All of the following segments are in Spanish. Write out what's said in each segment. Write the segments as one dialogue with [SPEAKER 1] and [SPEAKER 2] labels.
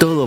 [SPEAKER 1] Todo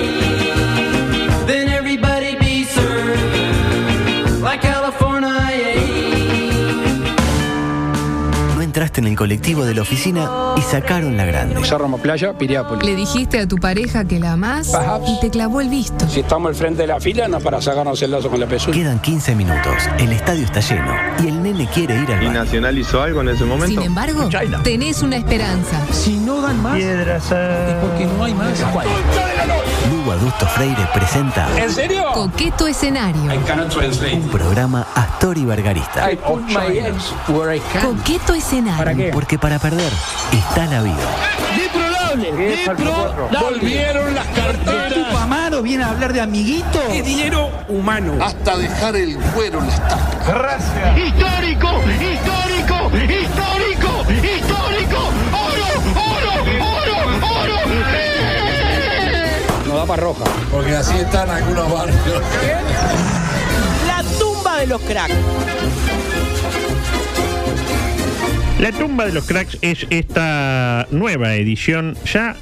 [SPEAKER 2] Then everybody be served like California.
[SPEAKER 1] No entraste en el colectivo de la oficina y sacaron la grande.
[SPEAKER 3] Cerro Playa, Piriápolis.
[SPEAKER 4] Le dijiste a tu pareja que la amás
[SPEAKER 3] Perhaps. Este
[SPEAKER 4] y te clavó el visto.
[SPEAKER 3] Si estamos al frente de la fila, no es para sacarnos el lazo con la pezuña.
[SPEAKER 1] Quedan 15 minutos, el estadio está lleno y el nene quiere ir al
[SPEAKER 5] ¿Y
[SPEAKER 1] baño.
[SPEAKER 5] Nacional hizo algo en ese momento?
[SPEAKER 4] Sin embargo, tenés una esperanza.
[SPEAKER 1] Lugo Adusto Freire presenta
[SPEAKER 3] ¿En serio?
[SPEAKER 4] Coqueto
[SPEAKER 3] I
[SPEAKER 4] escenario.
[SPEAKER 3] cannot translate.
[SPEAKER 1] un programa Astor y Bargarista.
[SPEAKER 3] I put my eggs where I can.
[SPEAKER 4] Coqueto escenario.
[SPEAKER 1] Porque para perder está la vida.
[SPEAKER 3] Volvieron las carteras.
[SPEAKER 6] Amaro viene a hablar de amiguito.
[SPEAKER 7] hasta dejar el cuero en la estaca.
[SPEAKER 8] histórico, histórico, histórico, histórico, oro, oro, oro, oro. ¡Eh!
[SPEAKER 3] Nos da para roja.
[SPEAKER 7] Porque así están algunos barrios.
[SPEAKER 6] La tumba de los cracks.
[SPEAKER 9] La tumba de los cracks es esta nueva edición ya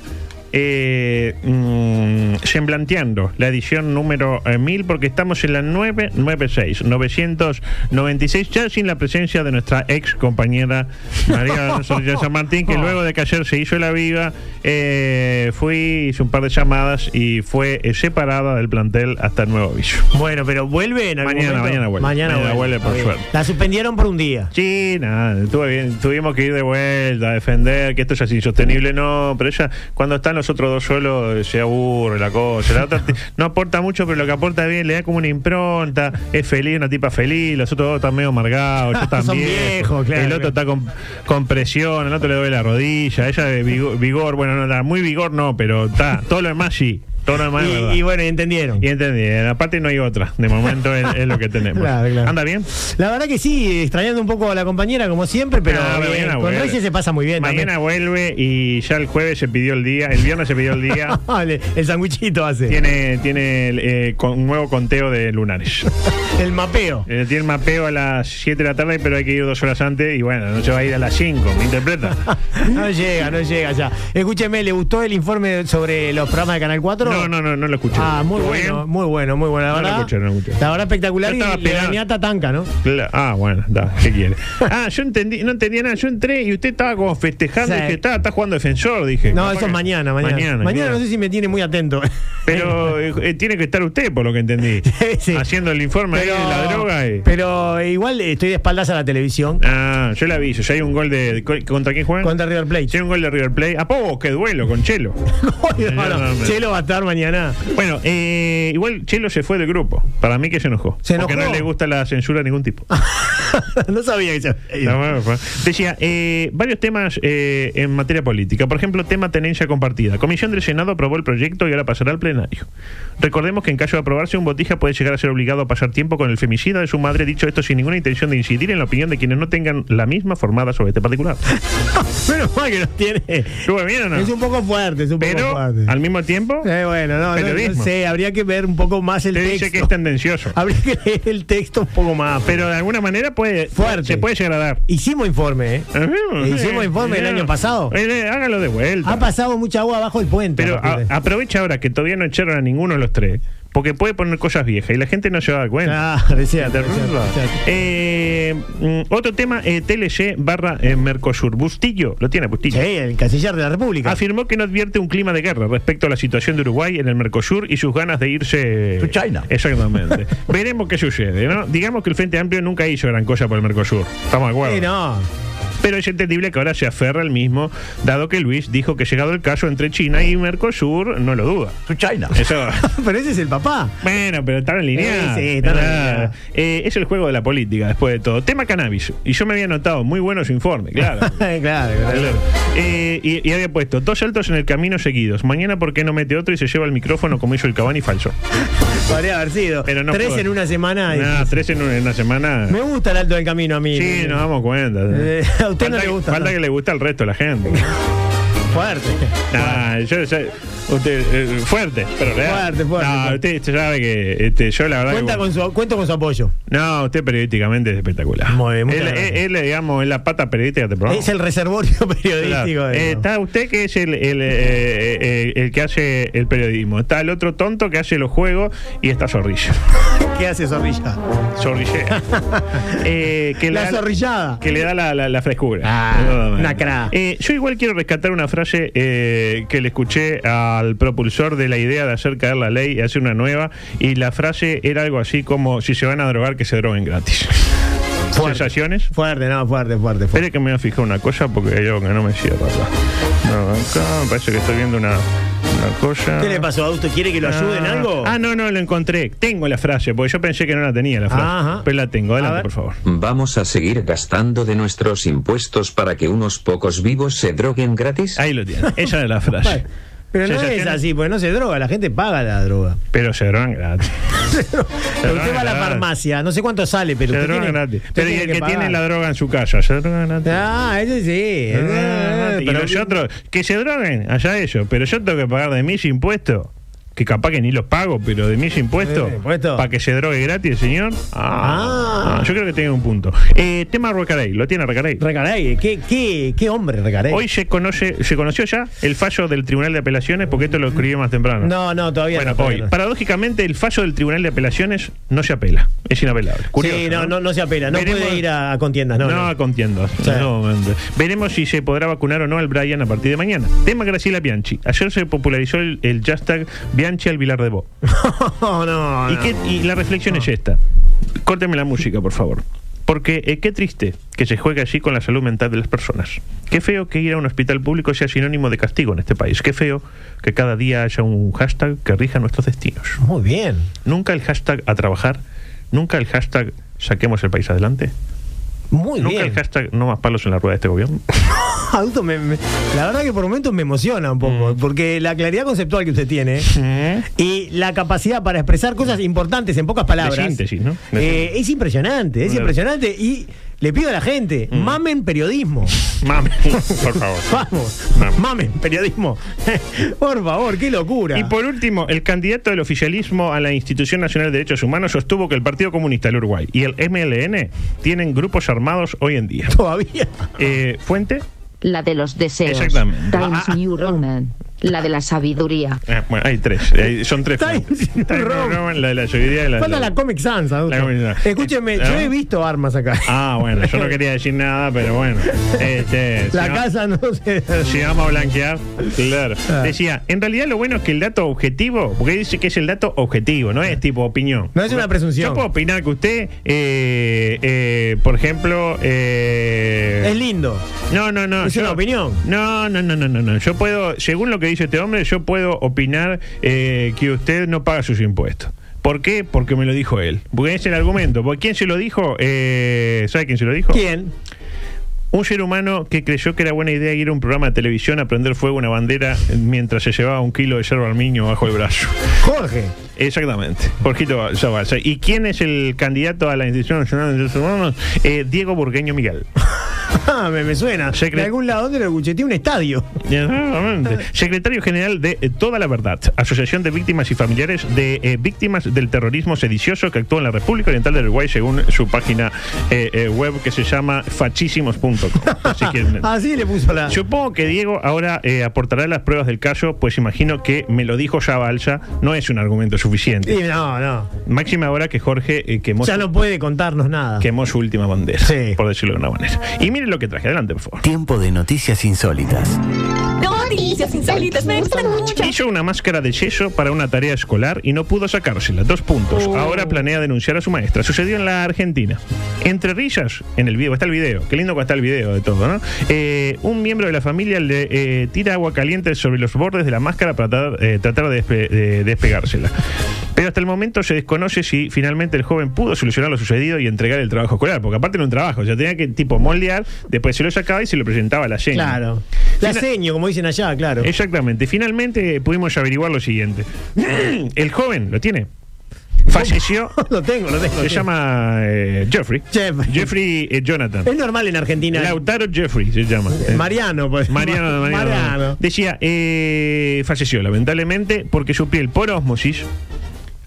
[SPEAKER 9] eh, mm, semblanteando la edición número eh, 1000 porque estamos en la 996, 996 ya sin la presencia de nuestra ex compañera María Alonso de San Martín que luego de que ayer se hizo la viva eh, fui, hice un par de llamadas y fue eh, separada del plantel hasta el nuevo aviso.
[SPEAKER 10] Bueno, pero vuelve en algún
[SPEAKER 9] Mañana,
[SPEAKER 10] momento?
[SPEAKER 9] mañana vuelve.
[SPEAKER 10] Mañana,
[SPEAKER 9] Mañana vuelve, por
[SPEAKER 10] Está bien.
[SPEAKER 9] suerte.
[SPEAKER 10] La suspendieron por un día.
[SPEAKER 9] Sí, nada, estuvo bien. Tuvimos que ir de vuelta a defender, que esto ya es insostenible, no. Pero ella, cuando están los otros dos solos, eh, se aburre la cosa. La otra te- no aporta mucho, pero lo que aporta bien le da como una impronta. Es feliz, una tipa feliz. Los otros dos están medio amargados, yo
[SPEAKER 10] Son
[SPEAKER 9] también.
[SPEAKER 10] viejos, claro,
[SPEAKER 9] El otro
[SPEAKER 10] claro.
[SPEAKER 9] está con, con presión, el otro le duele la rodilla. Ella de vigo- vigor, bueno, no, nada, muy vigor no, pero está. Todo lo demás sí. Todo lo demás es verdad.
[SPEAKER 10] Y, y bueno, y entendieron.
[SPEAKER 9] Y entendí, eh, aparte no hay otra. De momento es, es lo que tenemos.
[SPEAKER 10] Claro, claro.
[SPEAKER 9] ¿Anda bien?
[SPEAKER 10] La verdad que sí, extrañando un poco a la compañera como siempre, pero
[SPEAKER 9] Ah,
[SPEAKER 10] bien,
[SPEAKER 9] mañana
[SPEAKER 10] con
[SPEAKER 9] vuelve.
[SPEAKER 10] Reyes se pasa muy bien.
[SPEAKER 9] Mañana vuelve y ya el jueves se pidió el día, el viernes se pidió el día.
[SPEAKER 10] también. El- el sandwichito hace.
[SPEAKER 9] tiene tiene el, eh, con- un nuevo conteo de lunares.
[SPEAKER 10] El mapeo.
[SPEAKER 9] Eh, tiene el mapeo a las 7 de la tarde, pero hay que ir dos horas antes y bueno, no se va a ir a las 5, ¿me interpreta?
[SPEAKER 10] No llega, no llega ya. Escúcheme, ¿le gustó el informe sobre los programas de Canal 4?
[SPEAKER 9] No, no, no, no lo escuché.
[SPEAKER 10] Ah, muy
[SPEAKER 9] ¿Estuvo
[SPEAKER 10] bueno,
[SPEAKER 9] bien?
[SPEAKER 10] muy bueno, muy bueno. La
[SPEAKER 9] No lo
[SPEAKER 10] verdad,
[SPEAKER 9] escuché, no lo escuché.
[SPEAKER 10] La verdad espectacular
[SPEAKER 9] Yo
[SPEAKER 10] y
[SPEAKER 9] estaba
[SPEAKER 10] la
[SPEAKER 9] esperando.
[SPEAKER 10] niñata tanca, ¿no?
[SPEAKER 9] Cla- ah, bueno, da, ¿qué quiere? Ah, yo entendí, no entendía nada. Yo entré y usted estaba como festejando.
[SPEAKER 10] Sí.
[SPEAKER 9] Dije, está, está jugando defensor, dije.
[SPEAKER 10] No,
[SPEAKER 9] Capaz
[SPEAKER 10] eso es
[SPEAKER 9] que-
[SPEAKER 10] mañana, mañana.
[SPEAKER 9] Mañana, claro.
[SPEAKER 10] no sé si me tiene muy atento.
[SPEAKER 9] Pero eh, eh, tiene que estar usted, por lo que entendí.
[SPEAKER 10] Sí, sí.
[SPEAKER 9] Haciendo el informe ahí de la droga. y-
[SPEAKER 10] pero igual estoy de espaldas a la televisión
[SPEAKER 9] Ah, yo le aviso, ya hay un gol de. co- ¿Contra quién juegan?
[SPEAKER 10] contra River Plate.
[SPEAKER 9] Sí, hay un gol de River Plate. ¿A poco? ¡Qué duelo con Chelo!
[SPEAKER 10] Oye, no, no,
[SPEAKER 9] Perdóname.
[SPEAKER 10] Chelo va a estar mañana.
[SPEAKER 9] Bueno, eh, igual Chelo se fue del grupo. Para mí que se enojó.
[SPEAKER 10] ¿Se
[SPEAKER 9] Porque
[SPEAKER 10] enojó?
[SPEAKER 9] no le gusta la censura a ningún tipo.
[SPEAKER 10] no sabía que se
[SPEAKER 9] No, bueno, fue. Decía, eh, varios temas eh, en materia política. Por ejemplo, tema tenencia compartida. Comisión del Senado aprobó el proyecto y ahora pasará al plenario. Recordemos que en caso de aprobarse, un botija puede llegar a ser obligado a pasar tiempo con el femicida de su madre, dicho esto sin ninguna intención de incidir en la opinión de quienes no tengan la misma formada sobre este particular.
[SPEAKER 10] Menos mal que no tiene.
[SPEAKER 9] ¿Estuvo bien o no?
[SPEAKER 10] Es un poco fuerte, es un poco
[SPEAKER 9] Pero,
[SPEAKER 10] fuerte.
[SPEAKER 9] al mismo tiempo,
[SPEAKER 10] Eh, bueno, no, no, no,
[SPEAKER 9] Periodismo.
[SPEAKER 10] sé, habría que ver un poco más el
[SPEAKER 9] te
[SPEAKER 10] texto.
[SPEAKER 9] dice que es tendencioso.
[SPEAKER 10] Habría que leer el texto un poco más. Pero
[SPEAKER 9] Pero de alguna manera puede,
[SPEAKER 10] Fuerte.
[SPEAKER 9] se puede llegar a dar.
[SPEAKER 10] hicimos informe, ¿eh? Hicimos informe el
[SPEAKER 9] Eh,
[SPEAKER 10] año pasado. Ah,
[SPEAKER 9] eh, eh, hágalo de vuelta.
[SPEAKER 10] Ha pasado mucha agua abajo del puente.
[SPEAKER 9] Pero ah,
[SPEAKER 10] a partir de-
[SPEAKER 9] a- aprovecha ahora que todavía no echaron a ninguno de los tres. Porque puede poner cosas viejas y la gente no se va a dar cuenta.
[SPEAKER 10] Ah, decía,
[SPEAKER 9] ¿Te acuerdas? Eh, mm, otro tema, eh, TLC barra eh, Mercosur. Bustillo, lo tiene
[SPEAKER 10] Sí,
[SPEAKER 9] Bustillo.
[SPEAKER 10] el canciller de la República.
[SPEAKER 9] Afirmó que no advierte un clima de guerra respecto a la situación de Uruguay en el Mercosur y sus ganas de irse.
[SPEAKER 10] To China.
[SPEAKER 9] Exactamente. Veremos qué sucede, ¿no? Digamos que el Frente Amplio nunca hizo gran cosa por el Mercosur. ¿Estamos de acuerdo?
[SPEAKER 10] Sí, no.
[SPEAKER 9] Pero es entendible que ahora se aferra al mismo, dado que Luis dijo que llegado el caso entre China y Mercosur, no lo duda.
[SPEAKER 10] China.
[SPEAKER 9] Eso.
[SPEAKER 10] Pero ese es el papá.
[SPEAKER 9] Bueno, pero están alineados.
[SPEAKER 10] Eh, sí, están
[SPEAKER 9] Ah,
[SPEAKER 10] alineados.
[SPEAKER 9] eh, es el juego de la política, después de todo. Tema cannabis. Y yo me había notado muy bueno su informe, claro.
[SPEAKER 10] claro, claro.
[SPEAKER 9] Claro. Eh, y, y había puesto dos saltos en el camino seguidos. Mañana, ¿por qué no mete otro y se lleva el micrófono como hizo el Cabani falso?
[SPEAKER 10] Podría haber sido.
[SPEAKER 9] Pero no
[SPEAKER 10] Tres
[SPEAKER 9] puedo.
[SPEAKER 10] en una semana. y-
[SPEAKER 9] Nah, tres en una, en una semana.
[SPEAKER 10] Me gusta el alto del camino a mí.
[SPEAKER 9] Sí, nos damos cuenta.
[SPEAKER 10] Eh, a usted no
[SPEAKER 9] Falta
[SPEAKER 10] le
[SPEAKER 9] que-
[SPEAKER 10] gusta,
[SPEAKER 9] Falta
[SPEAKER 10] ¿no?
[SPEAKER 9] que le gusta al resto de la gente.
[SPEAKER 10] Fuerte.
[SPEAKER 9] Nah, yo, yo- usted, eh, fuerte, pero real.
[SPEAKER 10] Fuerte, fuerte,
[SPEAKER 9] No,
[SPEAKER 10] fuerte.
[SPEAKER 9] usted, usted sabe que este, yo la verdad.
[SPEAKER 10] Cuenta
[SPEAKER 9] que-
[SPEAKER 10] con su, cuento con su apoyo.
[SPEAKER 9] No, usted periodísticamente es espectacular.
[SPEAKER 10] Muy bien, muchas
[SPEAKER 9] él,
[SPEAKER 10] gracias.
[SPEAKER 9] él- él, digamos, es la pata periodística de este programa.
[SPEAKER 10] Es el reservorio periodístico.
[SPEAKER 9] Claro. Eh,
[SPEAKER 10] digamos.
[SPEAKER 9] está usted que es el, el, eh, eh, el que hace el periodismo. Está el otro tonto que hace los juegos y está Zorrilla.
[SPEAKER 10] ¿Qué hace Zorrilla?
[SPEAKER 9] Zorrillera. Eh, que
[SPEAKER 10] la
[SPEAKER 9] le da-
[SPEAKER 10] zorrillada.
[SPEAKER 9] Que le da la, la- la frescura.
[SPEAKER 10] Ah,
[SPEAKER 9] Nada más.
[SPEAKER 10] una cra.
[SPEAKER 9] Eh, yo igual quiero rescatar una frase eh, que le escuché al propulsor de la idea de hacer caer la ley y hacer una nueva. Y la frase era algo así como: si se van a drogar, que se droguen gratis.
[SPEAKER 10] Fuerte.
[SPEAKER 9] ¿Sensaciones?
[SPEAKER 10] Fuerte, no, fuerte, fuerte. fuerte.
[SPEAKER 9] Espere que me voy a fijar una cosa porque hay algo que no me cierra acá. No, acá me parece que estoy viendo una, una cosa.
[SPEAKER 10] ¿Qué le pasó a usted? ¿Quiere que lo ayude en
[SPEAKER 9] Ah,
[SPEAKER 10] algo?
[SPEAKER 9] Ah, no, no, lo encontré. Tengo la frase, porque yo pensé que no la tenía la frase.
[SPEAKER 10] Ajá.
[SPEAKER 9] Pero la tengo,
[SPEAKER 10] A
[SPEAKER 9] adelante,
[SPEAKER 10] ver.
[SPEAKER 9] por favor.
[SPEAKER 5] ¿Vamos a seguir gastando de nuestros impuestos para que unos pocos vivos se droguen gratis?
[SPEAKER 9] Ahí lo tiene. Esa es la frase.
[SPEAKER 10] Vale. Pero no
[SPEAKER 9] Sensaciones.
[SPEAKER 10] es así, porque no se droga, la gente paga la droga.
[SPEAKER 9] Pero se drogan gratis.
[SPEAKER 10] Pero usted va a la
[SPEAKER 9] gratis.
[SPEAKER 10] farmacia, no sé cuánto sale, pero.
[SPEAKER 9] Se
[SPEAKER 10] usted
[SPEAKER 9] drogan
[SPEAKER 10] tiene-
[SPEAKER 9] gratis.
[SPEAKER 10] usted
[SPEAKER 9] Pero y el que,
[SPEAKER 10] pagar.
[SPEAKER 9] tiene la droga en su casa, se drogan gratis.
[SPEAKER 10] Ah, ese sí.
[SPEAKER 9] Se drogan
[SPEAKER 10] Ah,
[SPEAKER 9] gratis. y
[SPEAKER 10] pero-
[SPEAKER 9] los otros, que se droguen, allá ellos. Pero yo tengo que pagar de mis impuestos. Que capaz que ni los pago, pero de mis impuestos.
[SPEAKER 10] Eh, impuestos.
[SPEAKER 9] Para que se drogue gratis el señor. Ah,
[SPEAKER 10] Ah.
[SPEAKER 9] Yo creo que tiene un punto. Eh, tema Recarey. ¿Lo tiene Recarey?
[SPEAKER 10] Recarey, ¿qué, qué, qué hombre Recarey?
[SPEAKER 9] Hoy se conoce, se conoció ya el fallo del Tribunal de Apelaciones, porque esto lo escribí más temprano.
[SPEAKER 10] No, no, todavía
[SPEAKER 9] Bueno,
[SPEAKER 10] no. todavía
[SPEAKER 9] hoy,
[SPEAKER 10] no.
[SPEAKER 9] paradójicamente, el fallo del Tribunal de Apelaciones no se apela. Es inapelable. Curioso,
[SPEAKER 10] sí, no, no, no se apela, no
[SPEAKER 9] Veremos-
[SPEAKER 10] puede ir a, a contiendas,
[SPEAKER 9] No,
[SPEAKER 10] Ah, no. no.
[SPEAKER 9] a contiendas.
[SPEAKER 10] Sí.
[SPEAKER 9] No, momento. Veremos si se podrá vacunar o no al Brian a partir de mañana. Tema Graciela Bianchi. Ayer se popularizó el, el hashtag Bianchi al Vilar de Bo.
[SPEAKER 10] no, Ah, no. Ah.
[SPEAKER 9] ¿Y, qué- y la reflexión es esta. Córteme la música, por favor. Porque eh, qué triste que se juegue así con la salud mental de las personas. Qué feo que ir a un hospital público sea sinónimo de castigo en este país. Qué feo que cada día haya un hashtag que rija nuestros destinos.
[SPEAKER 10] Muy bien.
[SPEAKER 9] Nunca el hashtag a trabajar, nunca el hashtag saquemos el país adelante,
[SPEAKER 10] Muy
[SPEAKER 9] nunca el
[SPEAKER 10] bien.
[SPEAKER 9] hashtag no más palos en la rueda de este gobierno.
[SPEAKER 10] Adulto, me- me- la verdad que por momentos me emociona un poco,
[SPEAKER 9] Mm.
[SPEAKER 10] porque la claridad conceptual que usted tiene y la capacidad para expresar cosas importantes en pocas palabras.
[SPEAKER 9] síntesis, ¿no? De
[SPEAKER 10] eh, es impresionante, es
[SPEAKER 9] Claro.
[SPEAKER 10] impresionante. Y le pido a la gente,
[SPEAKER 9] Mm.
[SPEAKER 10] mamen periodismo.
[SPEAKER 9] Mame, por favor.
[SPEAKER 10] Vamos,
[SPEAKER 9] Mamen.
[SPEAKER 10] mamen periodismo. por favor, qué locura.
[SPEAKER 9] Y por último, el candidato del oficialismo a la Institución Nacional de Derechos Humanos sostuvo que el Partido Comunista del Uruguay y el MLN tienen grupos armados hoy en día.
[SPEAKER 10] Todavía.
[SPEAKER 9] Eh, Fuente.
[SPEAKER 11] La de los deseos.
[SPEAKER 9] Exactamente.
[SPEAKER 11] Times
[SPEAKER 9] Ah, ah,
[SPEAKER 11] New Roman. La de la sabiduría.
[SPEAKER 9] eh, bueno, hay tres. eh, son tres.
[SPEAKER 10] Time
[SPEAKER 9] fuentes.
[SPEAKER 10] New
[SPEAKER 9] Time New
[SPEAKER 10] Roman.
[SPEAKER 9] Roman, la de la seguridad y la.
[SPEAKER 10] Falta la Comic Sans, adulto.
[SPEAKER 9] La Comic Sans.
[SPEAKER 10] Escúcheme, yo
[SPEAKER 9] ¿Ah?
[SPEAKER 10] he visto armas acá.
[SPEAKER 9] Ah, bueno, yo no quería decir nada, pero bueno. Este,
[SPEAKER 10] la
[SPEAKER 9] si no-
[SPEAKER 10] casa no se.
[SPEAKER 9] Si vamos a blanquear, claro.
[SPEAKER 10] Ah.
[SPEAKER 9] Decía, en realidad lo bueno es que el dato objetivo, porque dice que es el dato objetivo, no es tipo opinión.
[SPEAKER 10] No es una presunción.
[SPEAKER 9] Yo puedo opinar que usted, eh, eh, por ejemplo, eh,
[SPEAKER 10] Es lindo.
[SPEAKER 9] no, no, no.
[SPEAKER 10] Es una opinión.
[SPEAKER 9] No, no, no, no, no, no. Yo puedo, según lo que dice este hombre, yo puedo opinar eh, que usted no paga sus impuestos. ¿Por qué? Porque me lo dijo él. Porque es el argumento. Porque ¿Quién se lo dijo? Eh, ¿Sabe quién se lo dijo?
[SPEAKER 10] ¿Quién?
[SPEAKER 9] Un ser humano que creyó que era buena idea ir a un programa de televisión a prender fuego a una bandera mientras se llevaba un kilo de yerba al niño bajo el brazo.
[SPEAKER 10] Jorge.
[SPEAKER 9] Exactamente. Jorgito Zabalza. ¿Y quién es el candidato a la Institución Nacional de Derechos Humanos? Eh, Diego Burgueño Miguel.
[SPEAKER 10] Ah, me, me suena.
[SPEAKER 9] Secret-
[SPEAKER 10] De algún lado donde lo escuché. Tiene un estadio.
[SPEAKER 9] Exactamente. Secretario General de eh, Toda la Verdad, Asociación de Víctimas y Familiares de eh, Víctimas del Terrorismo Sedicioso que actúa en la República Oriental del Uruguay según su página eh, eh, web que se llama fachísimos.com. por si quieren-
[SPEAKER 10] Así le puso la.
[SPEAKER 9] Supongo que Diego ahora eh, aportará las pruebas del caso, pues imagino que me lo dijo ya Balsa, no es un argumento
[SPEAKER 10] Sí,
[SPEAKER 9] suficiente.
[SPEAKER 10] no, no.
[SPEAKER 9] Máxima ahora que Jorge eh, quemó,
[SPEAKER 10] Ya
[SPEAKER 9] su,
[SPEAKER 10] no puede contarnos nada.
[SPEAKER 9] quemó su última bandera,
[SPEAKER 10] Sí.
[SPEAKER 9] por decirlo de una manera. Y miren lo que traje, adelante por favor.
[SPEAKER 1] Tiempo de noticias insólitas.
[SPEAKER 11] Noticias insólitas, me gustan mucho.
[SPEAKER 9] Hizo una máscara de yeso para una tarea escolar y no pudo sacársela. Dos puntos. Ahora planea denunciar a su maestra. Sucedió en la Argentina. Entre risas, en el video, está el video. Qué lindo que está el video de todo, ¿no? Eh, un miembro de la familia le eh, tira agua caliente sobre los bordes de la máscara para tratar, eh, tratar de, despe- de despegársela. Pero hasta el momento se desconoce si finalmente el joven pudo solucionar lo sucedido y entregar el trabajo escolar, porque aparte era un trabajo, o sea, tenía que tipo moldear, después se lo sacaba y se lo presentaba a la señora.
[SPEAKER 10] Claro. La seño, como dicen allá, claro.
[SPEAKER 9] Exactamente. Finalmente pudimos averiguar lo siguiente. El joven, ¿lo tiene? Falleció.
[SPEAKER 10] lo tengo, lo tengo.
[SPEAKER 9] Se llama eh, Jeffrey. Jeffrey. eh, Jonathan.
[SPEAKER 10] Es normal en Argentina.
[SPEAKER 9] Lautaro Jeffrey se llama. Eh,
[SPEAKER 10] Mariano, pues.
[SPEAKER 9] Mariano, Mariano.
[SPEAKER 10] Mariano.
[SPEAKER 9] Decía, eh, falleció lamentablemente porque su piel por osmosis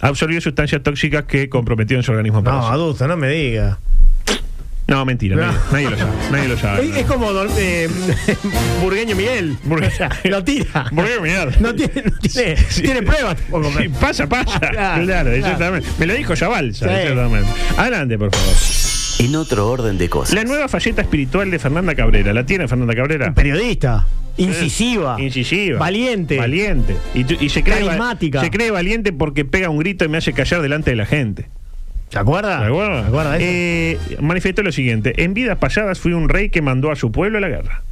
[SPEAKER 9] absorbió sustancias tóxicas que comprometieron su organismo.
[SPEAKER 10] No, adulto, no me diga.
[SPEAKER 9] No, mentira,
[SPEAKER 10] No.
[SPEAKER 9] Nadie, nadie lo sabe. Nadie lo sabe.
[SPEAKER 10] Es, es como dor- eh, Burgueño Miguel. O sea, lo tira.
[SPEAKER 9] Burgueño Miguel.
[SPEAKER 10] No tiene, no tiene, tiene pruebas. tampoco.
[SPEAKER 9] Sí, pasa, pasa. claro, exactamente. Me lo dijo Yabalza, exactamente. Adelante, por favor.
[SPEAKER 1] En otro orden de cosas.
[SPEAKER 9] La nueva faceta espiritual de Fernanda Cabrera. ¿La tiene Fernanda Cabrera?
[SPEAKER 10] Periodista. Incisiva.
[SPEAKER 9] Eh, incisiva.
[SPEAKER 10] Valiente.
[SPEAKER 9] Valiente. Y, tu- y se, cree,
[SPEAKER 10] Carismática.
[SPEAKER 9] se cree valiente porque pega un grito y me hace callar delante de la gente.
[SPEAKER 10] ¿Se acuerda?
[SPEAKER 9] ¿De acuerdo?
[SPEAKER 10] ¿Se acuerda de eso?
[SPEAKER 9] Ah. Eh, manifestó lo siguiente: En vidas pasadas fui un rey que mandó a su pueblo a la guerra.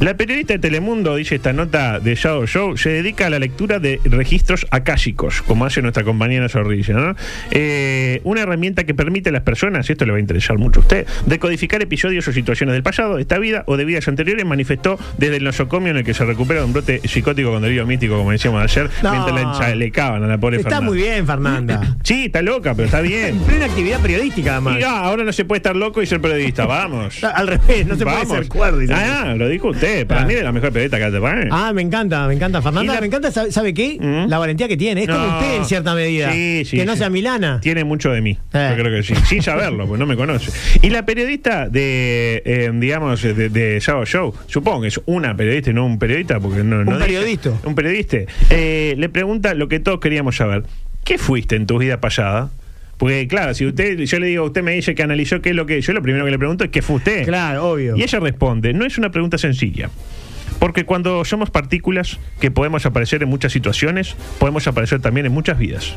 [SPEAKER 9] La periodista de Telemundo, dice esta nota de Shadow Show, se dedica a la lectura de registros akáshicos, como hace nuestra compañera Zorrilla. ¿no? Eh, una herramienta que permite a las personas, esto le va a interesar mucho a usted, decodificar episodios o situaciones del pasado, de esta vida o de vidas anteriores, manifestó desde el nosocomio en el que se recupera de un brote psicótico con delirio místico, como decíamos ayer,
[SPEAKER 10] No.
[SPEAKER 9] mientras la enchalecaban a la pobre
[SPEAKER 10] Está
[SPEAKER 9] Fernanda.
[SPEAKER 10] muy bien, Fernanda.
[SPEAKER 9] Sí, está loca, pero está bien.
[SPEAKER 10] Plena actividad periodística, además.
[SPEAKER 9] Y, ah, ahora no se puede estar loco y ser periodista, vamos.
[SPEAKER 10] Al revés, no se
[SPEAKER 9] Vamos.
[SPEAKER 10] puede ser cuerdo. dice.
[SPEAKER 9] Ah, no, lo dijo usted. Para
[SPEAKER 10] Ah.
[SPEAKER 9] mí es la mejor periodista que hace. ¿eh?
[SPEAKER 10] Ah, me encanta, me encanta. Fernanda,
[SPEAKER 9] Y la- ¿Mm?
[SPEAKER 10] me encanta, ¿sabe, sabe qué? La valentía que tiene. Es
[SPEAKER 9] No.
[SPEAKER 10] como usted en cierta medida.
[SPEAKER 9] Sí, sí,
[SPEAKER 10] que no
[SPEAKER 9] sí.
[SPEAKER 10] sea Milana.
[SPEAKER 9] Tiene mucho de mí.
[SPEAKER 10] Eh.
[SPEAKER 9] Yo creo que sí. Sin saberlo, pues no me conoce. Y la periodista de, eh, digamos, de, de Yao Show, supongo que es una periodista y no un periodista, porque no. no
[SPEAKER 10] Un
[SPEAKER 9] dice-
[SPEAKER 10] periodista.
[SPEAKER 9] un periodista. eh, le pregunta lo que todos queríamos saber. ¿Qué fuiste en tu vida pasada? Porque, claro, si usted, yo le digo, usted me dice que analizó qué es lo que. Yo lo primero que le pregunto es qué fue usted.
[SPEAKER 10] Claro, obvio.
[SPEAKER 9] Y ella responde, no es una pregunta sencilla. Porque cuando somos partículas que podemos aparecer en muchas situaciones, podemos aparecer también en muchas vidas.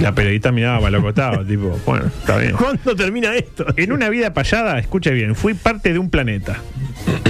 [SPEAKER 9] La periodista miraba balacotado, tipo, bueno, está bien.
[SPEAKER 10] ¿Cuándo termina esto?
[SPEAKER 9] En una vida pasada, escuche bien, fui parte de un planeta.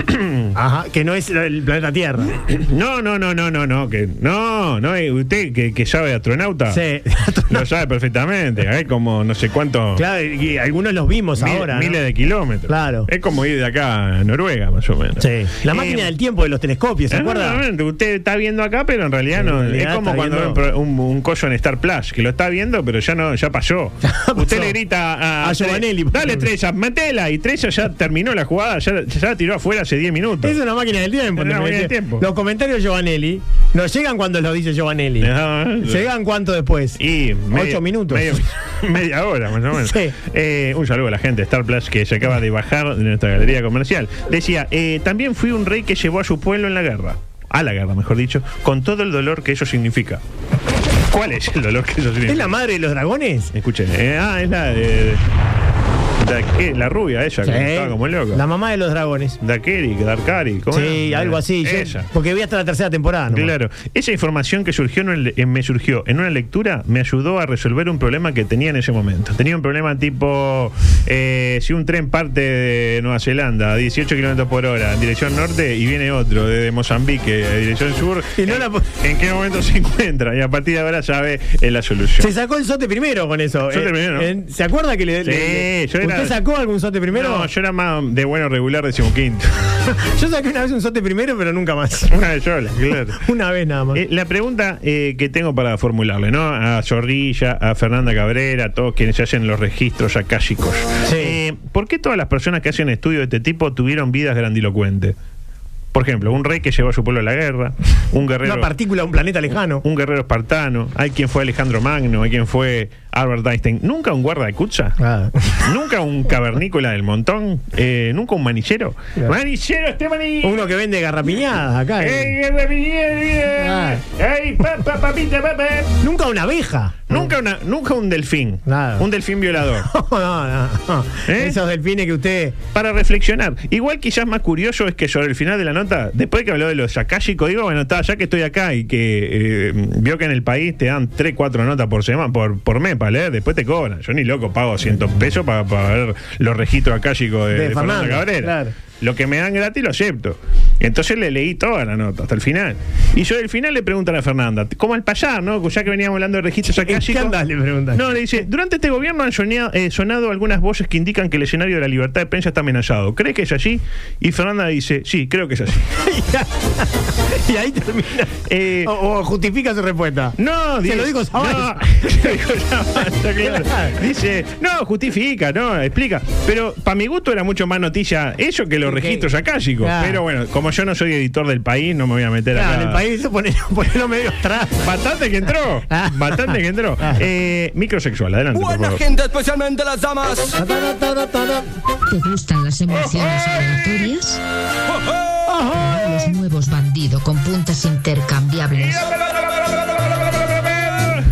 [SPEAKER 10] Ajá, que no es el planeta Tierra.
[SPEAKER 9] No, no, no, no, no, no, que no, no, eh, usted que, que sabe de astronauta,
[SPEAKER 10] Sí.
[SPEAKER 9] lo sabe perfectamente, hay como no sé cuántos
[SPEAKER 10] claro, y algunos los vimos
[SPEAKER 9] mil-
[SPEAKER 10] ahora. ¿no?
[SPEAKER 9] miles de kilómetros.
[SPEAKER 10] Claro.
[SPEAKER 9] Es como ir de acá a Noruega, más o menos.
[SPEAKER 10] Sí. La
[SPEAKER 9] Eh,
[SPEAKER 10] máquina del tiempo de los telescopios, ¿se acuerda?
[SPEAKER 9] Ah, Exactamente, usted está viendo acá, pero en realidad
[SPEAKER 10] En
[SPEAKER 9] no.
[SPEAKER 10] realidad
[SPEAKER 9] es como
[SPEAKER 10] está
[SPEAKER 9] cuando
[SPEAKER 10] viendo-
[SPEAKER 9] ve un, un, un coso en Star Plus, que lo está viendo, pero ya no, ya pasó. Usted
[SPEAKER 10] pasó.
[SPEAKER 9] le grita a,
[SPEAKER 10] A Giovanelli, por
[SPEAKER 9] Dale
[SPEAKER 10] ejemplo".
[SPEAKER 9] Trella, matela. Y Trella ya terminó la jugada, ya, ya la tiró afuera hace 10 minutos.
[SPEAKER 10] Es una máquina del tiempo.
[SPEAKER 9] Es una
[SPEAKER 10] ¿no?
[SPEAKER 9] máquina del tiempo.
[SPEAKER 10] Los comentarios de Giovanelli nos llegan cuando los dice Giovanelli.
[SPEAKER 9] Ah,
[SPEAKER 10] Llegan cuánto después.
[SPEAKER 9] Y media-
[SPEAKER 10] Ocho minutos.
[SPEAKER 9] medio- media hora, más o menos.
[SPEAKER 10] Sí.
[SPEAKER 9] Eh, un saludo a la gente de Star Plus que se acaba de bajar de nuestra galería comercial. Decía, eh, también fui un rey que llevó a su pueblo en la guerra. A la guerra, mejor dicho, con todo el dolor que eso significa. ¿Cuál es el dolor que eso significa?
[SPEAKER 10] ¿Es la madre de los dragones?
[SPEAKER 9] Escuchen, eh, ah, es la de. la, ¿qué? La rubia ella,
[SPEAKER 10] Sí.
[SPEAKER 9] que estaba como loca.
[SPEAKER 10] La mamá de los dragones.
[SPEAKER 9] Dakeri, Darkari, ¿cómo
[SPEAKER 10] Sí,
[SPEAKER 9] era? Eh,
[SPEAKER 10] algo así. yo-
[SPEAKER 9] Ella.
[SPEAKER 10] porque vi hasta la tercera temporada. nomás.
[SPEAKER 9] Claro, esa información que surgió en el- en- me surgió en una lectura me ayudó a resolver un problema que tenía en ese momento. Tenía un problema tipo, eh, si un tren parte de Nueva Zelanda a 18 kilómetros por hora en dirección norte y viene otro de Mozambique a dirección sur,
[SPEAKER 10] Y no la po-
[SPEAKER 9] ¿en qué momento se encuentra? Y a partir de ahora sabe eh, la solución.
[SPEAKER 10] Se sacó el sote primero con eso. Eh,
[SPEAKER 9] Sote primero.
[SPEAKER 10] ¿Se acuerda que le,
[SPEAKER 9] Sí,
[SPEAKER 10] le-
[SPEAKER 9] yo era-
[SPEAKER 10] ¿Usted sacó algún sote primero?
[SPEAKER 9] No,
[SPEAKER 10] yo...
[SPEAKER 9] yo era más de bueno regular decimoquinto.
[SPEAKER 10] saqué una vez un sote primero, pero nunca más.
[SPEAKER 9] Una de sola, claro.
[SPEAKER 10] una vez nada más.
[SPEAKER 9] Eh, la pregunta eh, que tengo para formularle, ¿no? A Zorrilla, a Fernanda Cabrera, a todos quienes hacen los registros acálicos.
[SPEAKER 10] Sí.
[SPEAKER 9] ¿Por qué todas las personas que hacen estudios de este tipo tuvieron vidas grandilocuentes? Por ejemplo, un rey que llevó a su pueblo a la guerra, un guerrero.
[SPEAKER 10] una partícula, un planeta lejano.
[SPEAKER 9] un guerrero espartano, hay quien fue Alejandro Magno, hay quien fue Albert Einstein, nunca un guarda de cucha,
[SPEAKER 10] Ah.
[SPEAKER 9] nunca un cavernícola del montón, Eh, nunca un manillero.
[SPEAKER 10] Claro.
[SPEAKER 9] ¡Manillero, este manillero!
[SPEAKER 10] Uno que vende garrapiñadas acá. eh.
[SPEAKER 9] ¡Ey, guerra, viñera, viñera! ¡Ey, papá, papita, papá!
[SPEAKER 10] Nunca una abeja.
[SPEAKER 9] Nunca, una, nunca un delfín.
[SPEAKER 10] Nada.
[SPEAKER 9] Un delfín violador.
[SPEAKER 10] No, no, no.
[SPEAKER 9] ¿Eh?
[SPEAKER 10] Esos delfines que usted.
[SPEAKER 9] Para reflexionar. Igual quizás más curioso es que sobre el final de la nota, después que habló de los Sakashiko, digo, bueno, está, ya que estoy acá y que eh, vio que en el país te dan 3, 4 notas por semana, por, por mes para leer, después te cobran. Yo ni loco pago 100 pesos para, para ver los registros Akashicos de,
[SPEAKER 10] De
[SPEAKER 9] de Fernando
[SPEAKER 10] Fernando,
[SPEAKER 9] Cabrera.
[SPEAKER 10] claro.
[SPEAKER 9] lo que me dan gratis lo acepto. Entonces le leí toda la nota, hasta el final. Y yo del final le preguntan a Fernanda, ¿cómo al pasar, no? Pues Ya que veníamos hablando de registros acá.
[SPEAKER 10] ¿En qué andás? Le preguntan.
[SPEAKER 9] No, le dice, durante este gobierno han soñado- eh, sonado algunas voces que indican que el escenario de la libertad de prensa está amenazado. ¿Crees que es así? Y Fernanda dice, sí, creo que es así.
[SPEAKER 10] y ahí termina. o, o justifica su respuesta.
[SPEAKER 9] Eh, No,
[SPEAKER 10] Se
[SPEAKER 9] dice-
[SPEAKER 10] lo digo
[SPEAKER 9] no, se lo digo Zavala, claro. Dice, no, justifica, no, explica. Pero para mi gusto era mucho más noticia eso que los registros acá, chicos.
[SPEAKER 10] Claro.
[SPEAKER 9] Pero bueno, como yo no soy editor del país, no me voy a meter
[SPEAKER 10] Claro,
[SPEAKER 9] acá.
[SPEAKER 10] el país se pone, ponelo medio atrás. Ah.
[SPEAKER 9] Bastante que entró. Bastante que entró. Eh, microsexual, adelante. por
[SPEAKER 12] Buena
[SPEAKER 9] favor.
[SPEAKER 12] gente, especialmente las damas.
[SPEAKER 13] ¿Te gustan las emociones aleatorias? Los nuevos bandido con puntas intercambiables.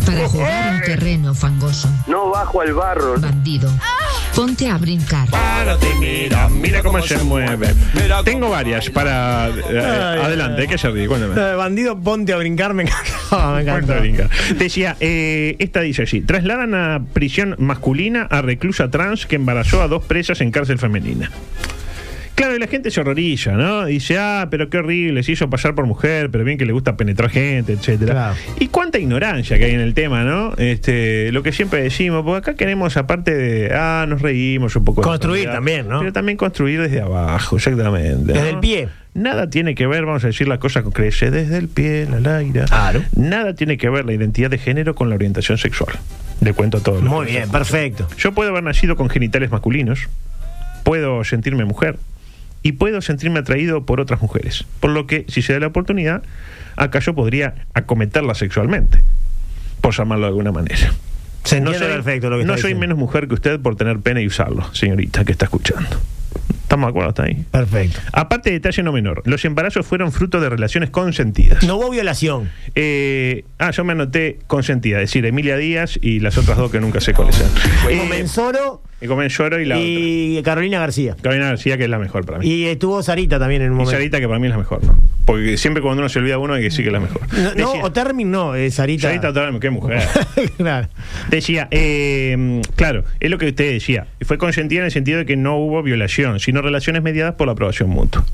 [SPEAKER 13] Para jugar un terreno fangoso.
[SPEAKER 14] No bajo al barro.
[SPEAKER 13] Bandido.
[SPEAKER 11] Ah.
[SPEAKER 13] Ponte a brincar.
[SPEAKER 9] Párate, mira, mira cómo se mueve. Tengo varias para. eh, adelante, que se ríe, cuéntame.
[SPEAKER 10] Eh, bandido, ponte a brincar, me encanta. me encantó.
[SPEAKER 9] Puerto Brinca. Decía, eh, esta dice así: trasladan a prisión masculina a reclusa trans que embarazó a dos presas en cárcel femenina. Claro, y la gente se horroriza, ¿no? Dice, ah, pero qué horrible, se hizo pasar por mujer, pero bien que le gusta penetrar gente, etcétera. Y cuánta ignorancia que hay en el tema, ¿no? Este, lo que siempre decimos, porque acá queremos, aparte de, ah, nos reímos un poco. de la
[SPEAKER 10] Construir
[SPEAKER 9] realidad,
[SPEAKER 10] también, ¿no?
[SPEAKER 9] Pero también construir desde abajo, exactamente.
[SPEAKER 10] Desde
[SPEAKER 9] ¿no?
[SPEAKER 10] el pie.
[SPEAKER 9] Nada tiene que ver, vamos a decir las cosas con crece desde el pie, la laira.
[SPEAKER 10] Ah,
[SPEAKER 9] Nada tiene que ver la identidad de género con la orientación sexual. Le cuento todo.
[SPEAKER 10] Muy bien, perfecto.
[SPEAKER 9] Yo puedo haber nacido con genitales masculinos, puedo sentirme mujer y puedo sentirme atraído por otras mujeres. Por lo que, si se da la oportunidad, acá yo podría acometerla sexualmente, por llamarlo de alguna manera.
[SPEAKER 10] Se entiende perfecto lo que
[SPEAKER 9] no
[SPEAKER 10] está
[SPEAKER 9] soy
[SPEAKER 10] diciendo.
[SPEAKER 9] menos mujer que usted por tener pene y usarlo, señorita que está escuchando. ¿Estamos de acuerdo hasta ahí?
[SPEAKER 10] Perfecto.
[SPEAKER 9] Aparte, detalle no menor, los embarazos fueron fruto de relaciones consentidas.
[SPEAKER 10] No hubo violación.
[SPEAKER 9] Eh, ah, yo me anoté consentida, es decir, Emilia Díaz y las otras dos que nunca sé cuáles son.
[SPEAKER 10] Comenzoro
[SPEAKER 9] Y Comenzoro Eh, y la
[SPEAKER 10] y Carolina García.
[SPEAKER 9] otra. Carolina García, que es la mejor para mí.
[SPEAKER 10] Y estuvo Sarita también en un
[SPEAKER 9] Y
[SPEAKER 10] momento.
[SPEAKER 9] Sarita, que para mí es la mejor, ¿no? Porque siempre cuando uno se olvida de uno hay que decir que es la mejor.
[SPEAKER 10] No, no,
[SPEAKER 9] Decía-
[SPEAKER 10] o Termin no, eh, Sarita.
[SPEAKER 9] Sarita Otaola, qué mujer.
[SPEAKER 10] Claro.
[SPEAKER 9] Pues Decía, eh, claro, es lo que usted decía. Fue consentida en el sentido de que no hubo violación, sino relaciones mediadas por la aprobación mutua.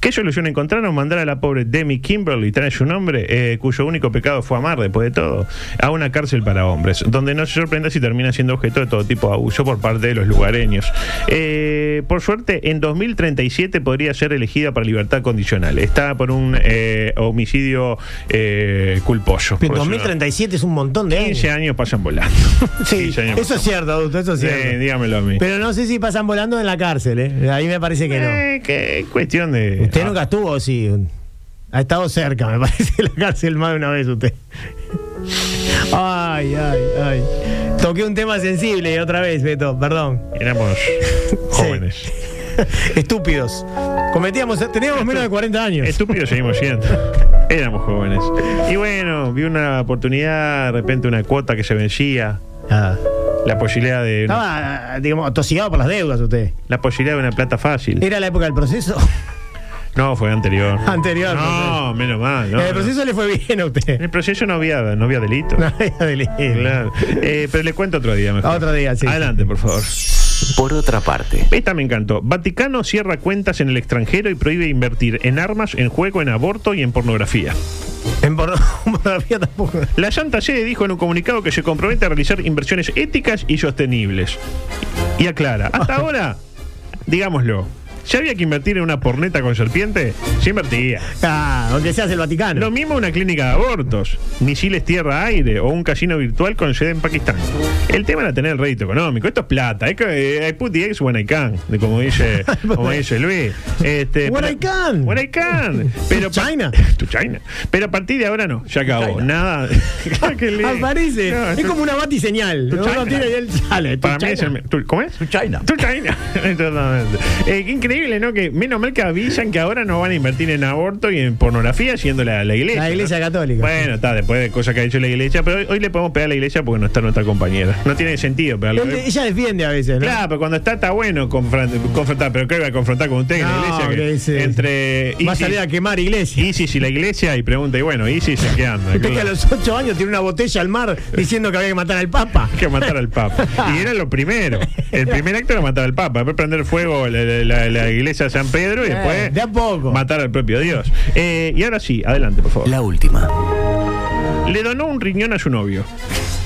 [SPEAKER 9] ¿Qué solución encontraron? Mandar a la pobre Demi Kimberly, trae su nombre, eh, cuyo único pecado fue amar después de todo, a una cárcel para hombres, donde no se sorprenda si termina siendo objeto de todo tipo de abuso por parte de los lugareños. Eh, por suerte, en 2037 podría ser elegida para libertad condicional. Está por un eh, homicidio eh, culposo.
[SPEAKER 10] Pero
[SPEAKER 9] por decirlo.
[SPEAKER 10] 2037 es un montón de años.
[SPEAKER 9] 15 años pasan volando.
[SPEAKER 10] Eh. Sí,
[SPEAKER 9] 15 años
[SPEAKER 10] eso es cierto, adulto, eso es
[SPEAKER 9] Sí,
[SPEAKER 10] cierto.
[SPEAKER 9] dígamelo a mí.
[SPEAKER 10] Pero no sé si pasan volando en la cárcel, ¿eh? Ahí me parece que
[SPEAKER 9] Eh, qué cuestión de. Ah,
[SPEAKER 10] no. Usted nunca estuvo, sí. Ha estado cerca, me parece, la cárcel más de una vez usted. Ay, ay, ay. Toqué un tema sensible otra vez, Beto, perdón.
[SPEAKER 9] Éramos jóvenes.
[SPEAKER 10] Estúpidos. Cometíamos, teníamos menos de 40 años.
[SPEAKER 9] Estúpidos seguimos siendo. Éramos jóvenes. Y bueno, vi una oportunidad, de repente una cuota que se vencía. La posibilidad de.
[SPEAKER 10] Ah. Estaba, digamos, atosigado por las deudas usted.
[SPEAKER 9] La posibilidad de una plata fácil.
[SPEAKER 10] ¿Era la época del proceso?
[SPEAKER 9] No, fue anterior.
[SPEAKER 10] Anterior,
[SPEAKER 9] No, menos mal. no,
[SPEAKER 10] el
[SPEAKER 9] no.
[SPEAKER 10] proceso le fue bien a usted.
[SPEAKER 9] En el proceso no había, no había delito.
[SPEAKER 10] No había delito.
[SPEAKER 9] Claro. Eh, pero le cuento otro día mejor.
[SPEAKER 10] Otro día, sí.
[SPEAKER 9] Adelante, por favor.
[SPEAKER 1] Por otra parte,
[SPEAKER 9] Esta me encantó. Vaticano cierra cuentas en el extranjero y prohíbe invertir en armas, en juego, en aborto y en pornografía.
[SPEAKER 10] En porno- pornografía tampoco.
[SPEAKER 9] La Santa Sede dijo en un comunicado que se compromete a realizar inversiones éticas y sostenibles. Y aclara, hasta ahora, digámoslo, si había que invertir en una porneta con serpiente, se invertía.
[SPEAKER 10] Ah, aunque seas el Vaticano.
[SPEAKER 9] Lo mismo una clínica de abortos, misiles tierra-aire o un casino virtual con sede en Pakistán. El tema era tener el rédito económico. Esto es plata. Es que eh, I put the eggs when I can, de como dice, como dice Luis. Este,
[SPEAKER 10] When
[SPEAKER 9] pero-
[SPEAKER 10] I can.
[SPEAKER 9] When I can. Pero pa-
[SPEAKER 10] China.
[SPEAKER 9] To China. Pero a partir de ahora no. Ya acabó. Nada. Claro que le-
[SPEAKER 10] Aparece.
[SPEAKER 9] No,
[SPEAKER 10] es
[SPEAKER 9] to-
[SPEAKER 10] como una batiseñal.
[SPEAKER 9] to
[SPEAKER 10] Uno
[SPEAKER 9] China.
[SPEAKER 10] tiene y él sale.
[SPEAKER 9] Para mí es el. me- to- ¿Cómo es? To China. To China. Exactamente. Eh, qué increíble, ¿no? Que menos mal que avisan que ahora no van a invertir en aborto y en pornografía, siendo la, la iglesia.
[SPEAKER 10] La
[SPEAKER 9] ¿no?
[SPEAKER 10] iglesia católica.
[SPEAKER 9] Bueno, está, después de cosas que ha hecho la iglesia, pero hoy, hoy le podemos pegar a la iglesia porque no está nuestra compañera. No tiene sentido pegarle.
[SPEAKER 10] Él- ella defiende a veces, ¿no?
[SPEAKER 9] Claro, pero cuando está, está bueno confran- confrontar. Pero ¿qué va a confrontar con usted en
[SPEAKER 10] No,
[SPEAKER 9] la iglesia?
[SPEAKER 10] que dice-
[SPEAKER 9] entre
[SPEAKER 10] Va a salir a quemar iglesia.
[SPEAKER 9] ISIS y la iglesia y pregunta, y bueno, ISIS, ¿en ¿qué anda?
[SPEAKER 10] Usted que a
[SPEAKER 9] Claro.
[SPEAKER 10] los ocho años tiene una botella al mar diciendo que había que matar al Papa.
[SPEAKER 9] que matar al Papa. Y era lo primero. El primer acto era matar al Papa. Después prender fuego la, la- la- la- la iglesia de San Pedro y
[SPEAKER 10] Eh,
[SPEAKER 9] después
[SPEAKER 10] de a poco.
[SPEAKER 9] matar al propio Dios. Eh, y ahora sí, adelante, por favor.
[SPEAKER 1] La última.
[SPEAKER 9] Le donó un riñón a su novio.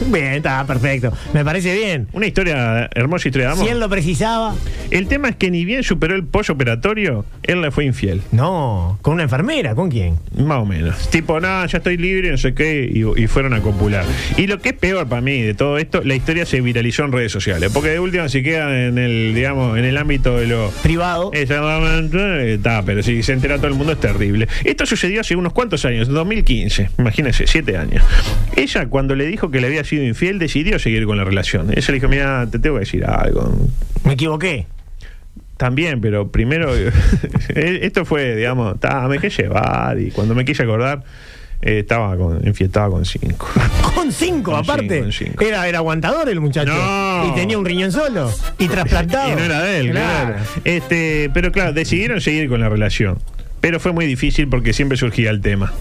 [SPEAKER 10] Bien, está perfecto. Me parece bien.
[SPEAKER 9] Una historia, hermosa historia de amor.
[SPEAKER 10] Si él lo precisaba.
[SPEAKER 9] El tema es que ni bien superó el pollo operatorio, él le fue infiel.
[SPEAKER 10] No, con una enfermera, ¿con quién?
[SPEAKER 9] Más o menos. Tipo, no, ya estoy libre, no sé qué, y, y fueron a copular. Y lo que es peor para mí de todo esto, la historia se viralizó en redes sociales. Porque de última se queda en el, digamos, en el ámbito de lo
[SPEAKER 10] Privado.
[SPEAKER 9] Eh. Exactamente, eh, Está, pero si se entera todo el mundo es terrible. Esto sucedió hace unos cuantos años, 2015, imagínense, siete años. Ella, cuando le dijo que le había sido infiel, decidió seguir con la relación. Ella le dijo, mira, te tengo que decir algo.
[SPEAKER 10] Me equivoqué.
[SPEAKER 9] También, pero primero, eh, esto fue, digamos, ta, me quise llevar y cuando me quise acordar, eh, estaba con, enfiestaba con cinco.
[SPEAKER 10] Con cinco,
[SPEAKER 9] Con
[SPEAKER 10] aparte.
[SPEAKER 9] cinco, con cinco.
[SPEAKER 10] Era, era aguantador el muchacho.
[SPEAKER 9] No.
[SPEAKER 10] Y tenía un riñón solo. Y trasplantado.
[SPEAKER 9] Y no era de él,
[SPEAKER 10] Claro.
[SPEAKER 9] claro. Este, pero claro, decidieron seguir con la relación. Pero fue muy difícil porque siempre surgía el tema.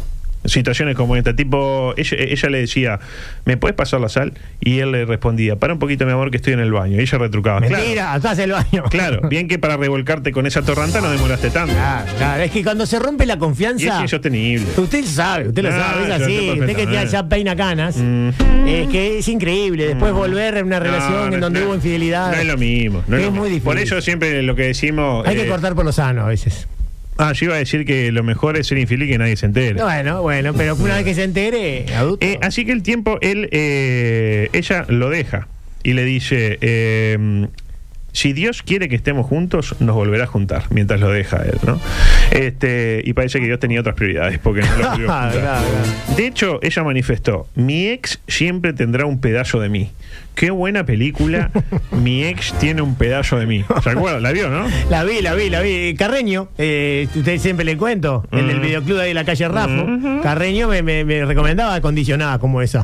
[SPEAKER 9] Situaciones como esta, tipo, ella, ella le decía, ¿me puedes pasar la sal? Y él le respondía, para un poquito, mi amor, que estoy en el baño. Y ella retrucaba, claro.
[SPEAKER 10] Mentira, estás el baño.
[SPEAKER 9] Claro, bien que para revolcarte con esa torranta no demoraste tanto.
[SPEAKER 10] Claro, claro, es que cuando se rompe la
[SPEAKER 9] Y es
[SPEAKER 10] confianza.
[SPEAKER 9] insostenible.
[SPEAKER 10] Usted sabe, usted lo
[SPEAKER 9] No,
[SPEAKER 10] sabe,
[SPEAKER 9] Ah, yo
[SPEAKER 10] es
[SPEAKER 9] lo
[SPEAKER 10] así.
[SPEAKER 9] sé
[SPEAKER 10] Usted que ya,
[SPEAKER 9] perfectamente.
[SPEAKER 10] ya peina canas.
[SPEAKER 9] Mm.
[SPEAKER 10] Es que es increíble. Después volver a una relación
[SPEAKER 9] No, no,
[SPEAKER 10] en donde
[SPEAKER 9] no,
[SPEAKER 10] hubo infidelidad.
[SPEAKER 9] No es lo mismo. no
[SPEAKER 10] Es
[SPEAKER 9] lo
[SPEAKER 10] muy
[SPEAKER 9] mismo.
[SPEAKER 10] difícil.
[SPEAKER 9] Por eso siempre lo que decimos.
[SPEAKER 10] Hay
[SPEAKER 9] eh,
[SPEAKER 10] que cortar por lo sano a veces.
[SPEAKER 9] Ah, yo iba a decir que lo mejor es ser infiel y que nadie se entere.
[SPEAKER 10] Bueno, bueno, pero una vez que se entere, adulto.
[SPEAKER 9] Eh, así que el tiempo, él, eh, ella lo deja y le dice, eh, si Dios quiere que estemos juntos, nos volverá a juntar, mientras lo deja él, ¿no? Este, y parece que Dios tenía otras prioridades, porque no lo volvió a
[SPEAKER 10] Claro,
[SPEAKER 9] juntar.
[SPEAKER 10] claro.
[SPEAKER 9] De hecho, ella manifestó, mi ex siempre tendrá un pedazo de mí. Qué buena película, mi ex tiene un pedazo de mí. ¿Se acuerdan? La vio, ¿no?
[SPEAKER 10] La vi, la vi, la vi. Carreño, eh, ustedes siempre le cuento, en el
[SPEAKER 9] Mm.
[SPEAKER 10] videoclub ahí de la calle Rafo,
[SPEAKER 9] Ujú.
[SPEAKER 10] Carreño me, me- me recomendaba acondicionada como esa.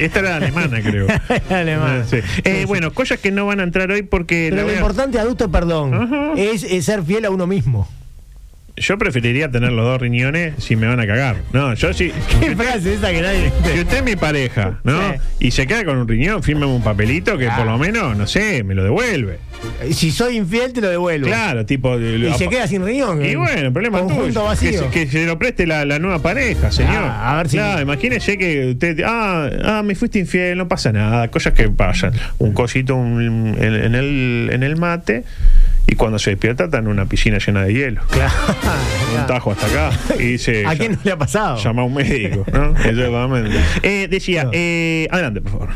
[SPEAKER 9] Esta era alemana, creo.
[SPEAKER 10] Alemán.
[SPEAKER 9] Sí. Eh, Bueno, cosas que no van a entrar hoy porque... la
[SPEAKER 10] Pero lo
[SPEAKER 9] voy a-
[SPEAKER 10] importante, adulto, perdón,
[SPEAKER 9] Ujú.
[SPEAKER 10] es, es ser fiel a uno mismo.
[SPEAKER 9] Yo preferiría tener los dos riñones si me van a cagar. No, yo sí.
[SPEAKER 10] Qué frase esa que nadie.
[SPEAKER 9] Si usted es mi pareja, ¿no?
[SPEAKER 10] Sí.
[SPEAKER 9] Y se queda con un riñón, fírmeme un papelito que por lo menos, no sé, me lo devuelve.
[SPEAKER 10] Si soy infiel, te lo devuelvo.
[SPEAKER 9] Claro, tipo. eh,
[SPEAKER 10] Y se queda sin riñón.
[SPEAKER 9] Y
[SPEAKER 10] eh.
[SPEAKER 9] bueno, el problema
[SPEAKER 10] Conjunto
[SPEAKER 9] tuyo. Que,
[SPEAKER 10] vacío.
[SPEAKER 9] se- que se lo preste la, la nueva pareja, señor.
[SPEAKER 10] Ah, a ver si-
[SPEAKER 9] Claro, imagínese que usted. Ah, ah, me fuiste infiel, no pasa nada. Cosas que pasan. Un cosito un- en, en el, en el mate. Y cuando se despierta, está en una piscina llena de hielo.
[SPEAKER 10] Claro,
[SPEAKER 9] Un
[SPEAKER 10] claro.
[SPEAKER 9] tajo hasta acá. Y dice.
[SPEAKER 10] ¿A
[SPEAKER 9] ya-
[SPEAKER 10] quién no le ha pasado?
[SPEAKER 9] Llama a un médico, ¿no? Exactamente. Eh, decía, eh, adelante, por favor.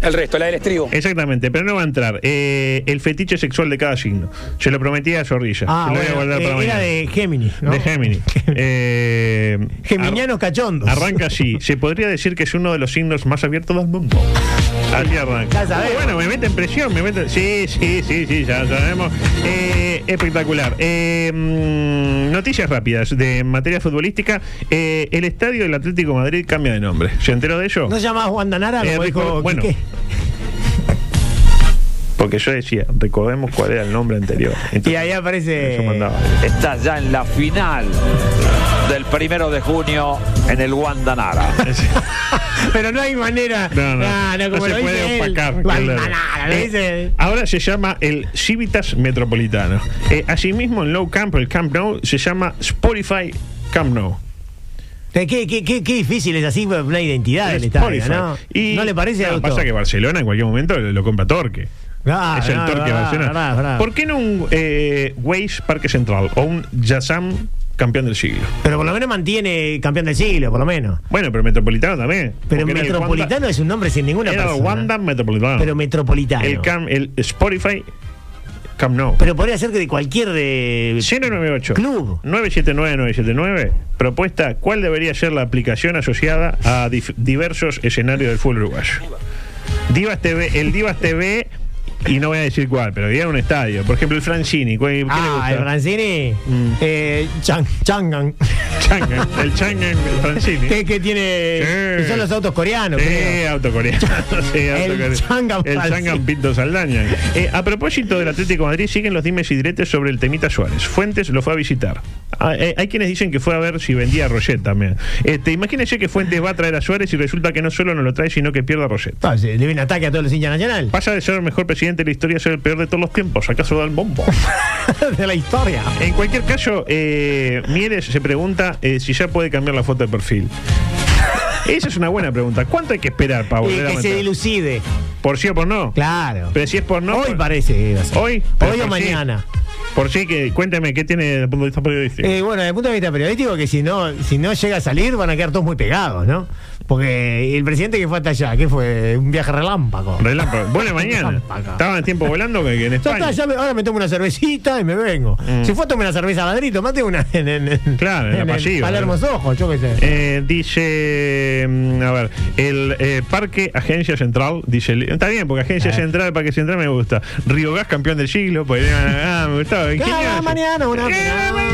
[SPEAKER 3] El resto, la del estribo.
[SPEAKER 9] Exactamente, pero no va a entrar. Eh, el fetiche sexual de cada signo. Se lo prometí a Zorrilla.
[SPEAKER 10] Ah,
[SPEAKER 9] Se lo voy a
[SPEAKER 10] bueno,
[SPEAKER 9] guardar
[SPEAKER 10] eh,
[SPEAKER 9] para
[SPEAKER 10] era
[SPEAKER 9] mañana.
[SPEAKER 10] de Géminis. ¿no?
[SPEAKER 9] De Géminis. Eh,
[SPEAKER 10] Geminianos
[SPEAKER 9] ar-
[SPEAKER 10] cachondos.
[SPEAKER 9] Arranca así. Se podría decir que es uno de los signos más abiertos del mundo. Así arranca.
[SPEAKER 10] Ya sabemos.
[SPEAKER 9] Bueno, me meten presión, me meten. Sí, sí, sí, sí, ya sabemos. Eh, espectacular. Eh, mm, noticias rápidas de materia futbolística. Eh, el estadio del Atlético de Madrid cambia de nombre. ¿Se enteró de ello?
[SPEAKER 10] ¿No se llamaba Juan Danara?
[SPEAKER 9] Eh,
[SPEAKER 10] Como dijo
[SPEAKER 9] recu- bueno.
[SPEAKER 10] Quique?
[SPEAKER 9] Porque yo decía, recordemos cuál era el nombre anterior. Entonces,
[SPEAKER 10] Y ahí aparece.
[SPEAKER 9] yo mandaba.
[SPEAKER 12] está ya en la final del primero de junio en el Guandanara.
[SPEAKER 10] Pero no hay manera.
[SPEAKER 9] No, no,
[SPEAKER 10] Ah, no,
[SPEAKER 9] no
[SPEAKER 10] como
[SPEAKER 9] se
[SPEAKER 10] lo
[SPEAKER 9] puede
[SPEAKER 10] dice él.
[SPEAKER 9] opacar.
[SPEAKER 10] Juan
[SPEAKER 9] claro.
[SPEAKER 10] Danara, lo
[SPEAKER 9] Eh,
[SPEAKER 10] dice él.
[SPEAKER 9] Ahora se llama el Civitas Metropolitano. Eh, asimismo, en Low Camp, el Camp Nou, se llama Spotify Camp Nou.
[SPEAKER 10] Eh, Qué, qué- qué- qué difícil es así, pues, una identidad del
[SPEAKER 9] Spotify.
[SPEAKER 10] estadio, ¿no?
[SPEAKER 9] eh, Y,
[SPEAKER 10] ¿No le parece
[SPEAKER 9] claro,
[SPEAKER 10] algo?
[SPEAKER 9] pasa que Barcelona en cualquier momento lo, lo compra Torque.
[SPEAKER 10] Ah,
[SPEAKER 9] es el
[SPEAKER 10] no,
[SPEAKER 9] Torque
[SPEAKER 10] verdad,
[SPEAKER 9] Barcelona.
[SPEAKER 10] verdad, verdad.
[SPEAKER 9] ¿Por qué no un eh, Waze Parque Central o un Yazam campeón del siglo?
[SPEAKER 10] Pero por lo menos mantiene campeón del siglo, por lo menos.
[SPEAKER 9] Bueno, pero Metropolitano también.
[SPEAKER 10] Pero
[SPEAKER 9] porque era el
[SPEAKER 10] Metropolitano es un nombre sin ninguna
[SPEAKER 9] Wanda- Era el
[SPEAKER 10] persona.
[SPEAKER 9] Wanda Metropolitano.
[SPEAKER 10] Pero Metropolitano.
[SPEAKER 9] el, Camp- el Spotify Camp Nou.
[SPEAKER 10] Pero podría ser que de cualquier eh,
[SPEAKER 9] 098
[SPEAKER 10] club.
[SPEAKER 9] 979-979 Propuesta ¿Cuál debería ser la aplicación asociada a dif- diversos escenarios del fútbol uruguayo? Divas TV El Divas TV Y no voy a decir cuál Pero diría un estadio Por ejemplo el Francini ¿cuál- ¿Qué
[SPEAKER 10] Ah,
[SPEAKER 9] le
[SPEAKER 10] el
[SPEAKER 9] gusta?
[SPEAKER 10] Francini.
[SPEAKER 9] Mm.
[SPEAKER 10] Eh, Chang- Changan.
[SPEAKER 9] Changan, el Changan El Francini
[SPEAKER 10] que, que tiene.
[SPEAKER 9] Sí.
[SPEAKER 10] que Son los autos coreanos,
[SPEAKER 9] Sí,
[SPEAKER 10] creo.
[SPEAKER 9] autocoreano. Sí, autocoreano.
[SPEAKER 10] Changan
[SPEAKER 9] El
[SPEAKER 10] Francini.
[SPEAKER 9] Changan Pinto Saldaña. Eh, a propósito del Atlético de Madrid, siguen los dimes y diretes sobre el temita Suárez. Fuentes lo fue a visitar. Ah, eh, hay quienes dicen que fue a ver si vendía a Roget también. Este, imagínense que Fuentes va a traer a Suárez y resulta que no solo no lo trae, sino que pierde a Roget.
[SPEAKER 10] Ah, sí, le viene ataque a todos los hinchas nacional.
[SPEAKER 9] Pasa de ser el mejor presidente seguramente la historia será el peor de todos los tiempos. ¿Acaso da el bombo?
[SPEAKER 10] de la historia.
[SPEAKER 9] En cualquier caso, eh, Mieres se pregunta eh, si ya puede cambiar la foto de perfil. Esa es una buena pregunta. ¿Cuánto hay que esperar para
[SPEAKER 10] Y
[SPEAKER 9] volver a
[SPEAKER 10] que se
[SPEAKER 9] meter?
[SPEAKER 10] dilucide.
[SPEAKER 9] ¿Por sí o por no?
[SPEAKER 10] Claro.
[SPEAKER 9] Pero si es por no.
[SPEAKER 10] Hoy
[SPEAKER 9] por-
[SPEAKER 10] parece que va a ser.
[SPEAKER 9] Hoy. Pero
[SPEAKER 10] Hoy o
[SPEAKER 9] por sí.
[SPEAKER 10] mañana.
[SPEAKER 9] Por sí, que cuéntame, ¿qué tiene desde el punto de vista periodístico?
[SPEAKER 10] Eh, bueno, desde el punto de vista periodístico, que si no, si no llega a salir, van a quedar todos muy pegados, ¿no? Porque el presidente que fue hasta allá, que fue un viaje relámpago.
[SPEAKER 9] Relámpago. Vuelve mañana.
[SPEAKER 10] Relámpago.
[SPEAKER 9] Estaba en tiempo volando que que en
[SPEAKER 10] Ya está,
[SPEAKER 9] España.
[SPEAKER 10] ya me- ahora me tomo una cervecita y me vengo.
[SPEAKER 9] Mm.
[SPEAKER 10] Si fue a tomar una cerveza a Madrid, tomate una en, en, en-
[SPEAKER 9] Claro, en la
[SPEAKER 10] en el
[SPEAKER 9] pasiva,
[SPEAKER 10] Palermo
[SPEAKER 9] claro.
[SPEAKER 10] Sojo, yo qué sé.
[SPEAKER 9] Eh, dice, mm, a ver, el eh, Parque Agencia Central, dice, le- está bien, porque
[SPEAKER 10] Ah.
[SPEAKER 9] Agencia Central, Parque Central me gusta. Río Gas, campeón del siglo, pues, ah, me gustaba.
[SPEAKER 10] Cada
[SPEAKER 9] ingenioso.
[SPEAKER 10] mañana una
[SPEAKER 9] Cada mañana,